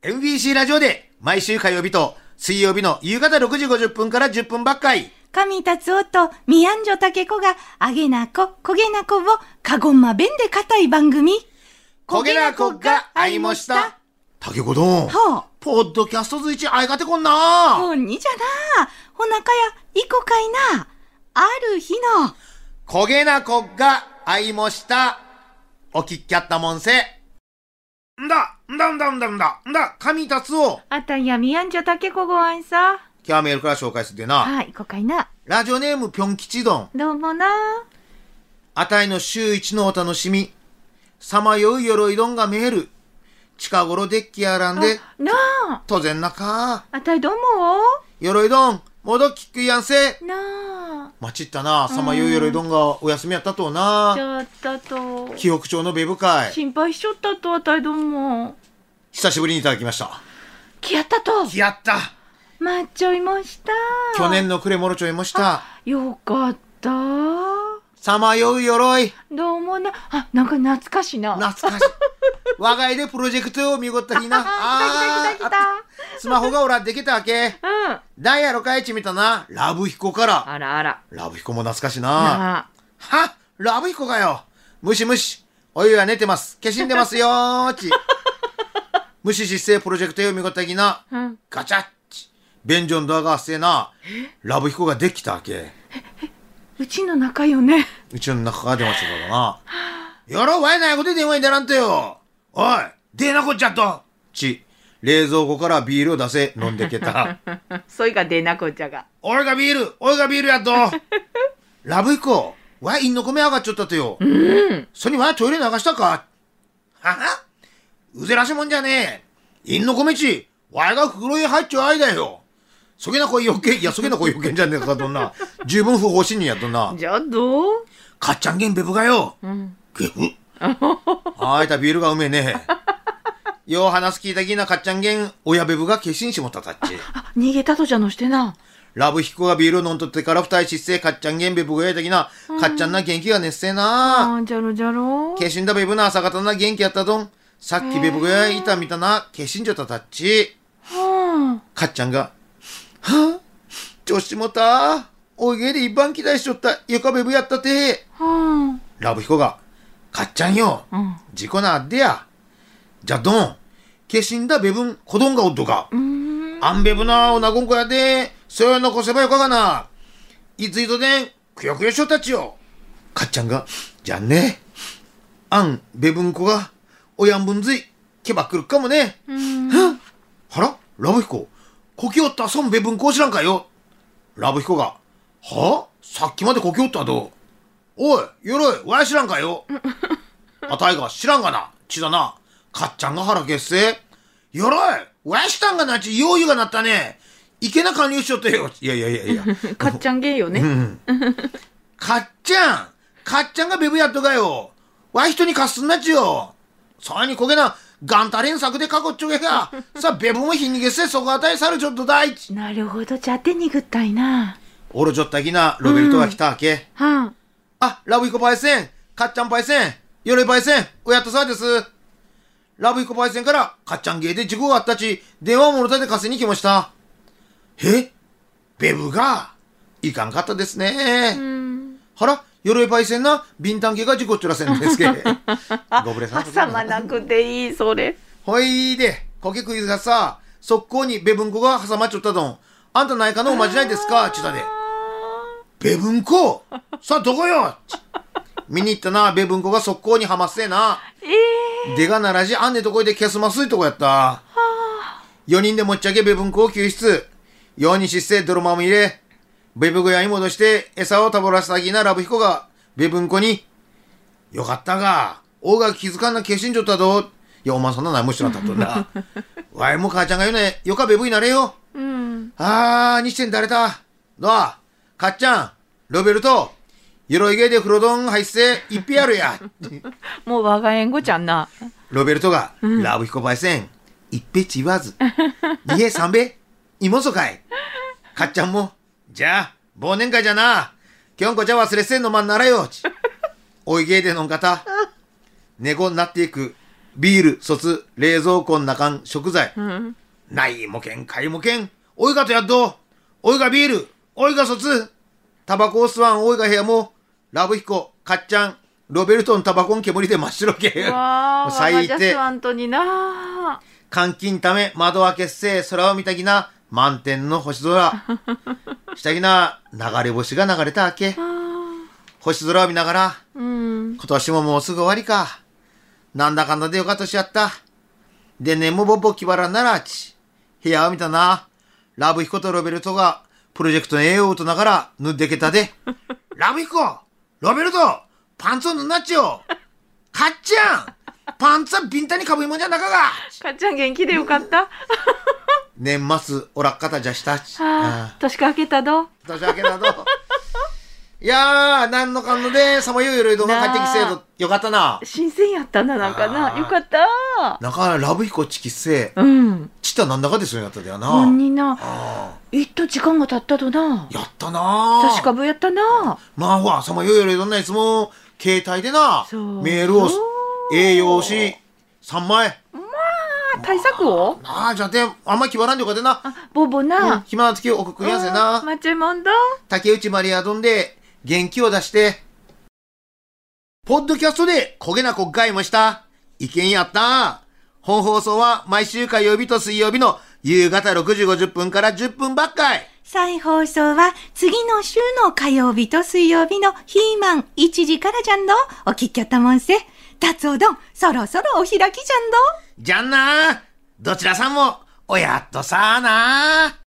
MBC ラジオで毎週火曜日と水曜日の夕方6時50分から10分ばっかり。神達夫とミヤンジョタケコが、あげなこ、こげなこを、かごんま弁で固い番組。焦げなこが会いました。竹子どん。ほポッドキャストずいち会いがてこんなう、ほんにじゃな。ほなかや、いこかいな。ある日の、焦げなこが会いました。お聞きやったもんせ。んだ、んだんだんだんだ、んだ、神達を。あたんやミヤンジョタケコごあんさ。今日メールから紹介するでな。はい、いこかいな。ラジオネームぴょん吉どん。どうもな。あたいの週一のお楽しみ。さまよう鎧どんが見える。近頃デッキやらんで、あなあ。当然なか。あたいどうも鎧どん、戻っきくいやんせ。な待ちったな、さまよう鎧どんがお休みやったとな。あ。じゃあったと。記憶帳のベブ会。心配しちょったと、あたいどうも。久しぶりにいただきました。きやったと。やった待っちょいました。去年の暮れもろちょいもした。よかった。さまよう鎧。どうもな。あ、なんか懐かしいな。懐 かしい。我が家でプロジェクトを見事にな。あ、来た 来た来あースマホがおらんできたわけ。た来た。うん。ダイヤロかいちみたな。ラブヒコから。あらあら。ラブヒコも懐かしいな。あはラブヒコかよ。ムシムシ。お湯は寝てます。消しんでますよーち。無視失勢プロジェクトよ見事的な。あ。うん。ガチャッチ。便所のドアが発生な。ラブヒコができたわけ。うちの仲よね。うちの中から出ましたからな。やろうわいないことで電話に出らんとよ。おい、出えなこっちゃっと。ち。冷蔵庫からビールを出せ、飲んでけた。 そいが出なこっちゃが。俺がビール俺がビールやっと ラブ以降、わい、インの米上がっちょったとよ。それにわい、トイレ流したかははうぜらしもんじゃねえ。インの米ち、わいが袋に入っちょあいだよ。そげな声よけん、いや、そげな声よけんじゃねえか、どんな。十分不法侵入やっとんな。じゃあどうかっちゃんげんべぶがよ。うん。ゲブああいたビールがうめえね。よう話聞いたぎなかっちゃんげん、親べぶが決心しもったたっち。あ、逃げたとじゃのしてな。ラブヒコがビールを飲んとってから二人失勢、かっちゃんげんべぶがや的な、かっちゃんな元気が熱せな。あーじゃろじゃろ。けしんだべぶな朝方な元気やったどん。さっきべぶがやいたみたな、けしんじょったたっち。うん。かっちゃんが、はぁ、調子もた。おいげで一番期待しとった、ゆかべぶやったて。うん。うん。ラブヒコが、かっちゃんよ。事故なあってや。じゃどん、けしんだべぶん、こどんがおっとか。うーん。アンベブなおなごんこやで、それを残せばよかがな。いついとでん、くよくよしょったちよ。かっちゃんが、じゃんね。アンベブンコが、おやんぶんずい、けばくるかもね。うん。はらラブヒコ、こきおったそんベブンコを知らんかよ。ラブヒコが、はさっきまでこきおったど。おい、よろい、わや知らんか よ。あたいが知らんがな、ちだな。かっちゃんが腹決せ。よろい、わやしたんがなち、ようゆがなったね。いけな加入しよってよ。いやいやいやいや。 かっちゃんげんようね。ん。かっちゃんかっちゃんがベブやっとかよわい人に貸すんなっちよさらにこげな、ガンタレン作でかこっちょげが、さあ、ベブもひんにげっせ、そこあたりさるちょっとだいち。なるほど、じゃあ手にぐったいな。おろちょったきな、ロベルトが来たわけ。はあ、ラブイコパイセン、かっちゃんパイセン、よろいパイセン、おやったさです。ラブイコパイセンから、かっちゃん芸で事故があったち、電話をもろたて貸せに来ました。えベブが、いかんかったですね。あ。うん。あら、鎧パイセンな、ビンタン系が事故っちょらせんですけ。ご無礼様挟まなくていい、それ。ほいで、コケクイズがさ、速攻にベブンコが挟まっちょったどん。あんたないかのおまじないですかちたで。ベブンコさあ、どこよち見に行ったな、ベブンコが速攻にはまっせえな。え出がならじ、あんねとこいで消すますいとこやった。4人で持ち上げベブンコを救出。4人失勢、泥まみれ。ベブ小屋に戻して、餌をたぼらせたぎなラブヒコが、ベブンコに、よかったが、王が気づかんな消しんじょったど。いや、お前そんな何もしてなかったとな。わいも母ちゃんが言うね、よかベブになれよ。えうん。あー、にしてん誰だどうかっちゃん、ロベルト、鎧芸で風呂丼入って、一匹やるや。もう我が援護ちゃんな。ロベルトが、ラブヒコパイセン、一ぺち言わ ず、二へ三べ、妹かい。かっちゃんも、じゃあ、忘年会じゃな。きょんこちゃん 忘れせんのまんならよ。ちおいげいでのんかた。猫になっていく、ビール、卒、冷蔵庫の中、食材。うん。ないもけん、買いもけん。おいがとやっと。おいがビール。おいが卒。タバコを吸わん、おいが部屋も。ラブヒコ、かっちゃん。ロベルトのタバコの煙で真っ白け。わあ、最ジャス低。ワンとにな。監禁ため、窓は決せ、空を見たきな、満天の 星空。したきな、流れ星が流れたわけ。星空を見ながら、うん。今年ももうすぐ終わりか。なんだかんだでよかとしやった。でね、もぼぼ気ばらんならち。部屋を見たな。ラブヒコとロベルトが、プロジェクトの絵を打とながら、ぬってけ たで。ラブヒコロベルトパンツをぬんなっ ちよかっちゃんパンツはビンタにかぶいもんじゃなかがかっちゃん元気でよかった。年末おらっかたじゃしたち。ああ、年かけたど。うん年明けな ど。いやー、なんのかんので、さまよいろいろが帰ってきせえと、よかったな。新鮮やったな、なんかあな。ーよかった。なかラブヒコチキせえ、うん。ちったなんだかですようになったでやほんな。にな。あいっと時間が経ったとなー。やったなー確か。ぶやったな。まあほら、さまよいろいろないつも、携帯でなそう、メールをそう、栄養し、3枚。あ対策をなあ、じゃあで、あんま気張らんでよかでな。ボボうんな。暇な時をおくくりやせな。マチェモンド。竹内まりやどんで元気を出して、ポッドキャストで焦げなこっかいもした。意見やった。本放送は毎週火曜日と水曜日の夕方6時50分から10分ばっかい。再放送は次の週の火曜日と水曜日のヒーマン1時からじゃんど。お聞きやったもんせ。達おどん、そろそろお開きじゃんど。じゃんなどちらさんも、おやっとさあな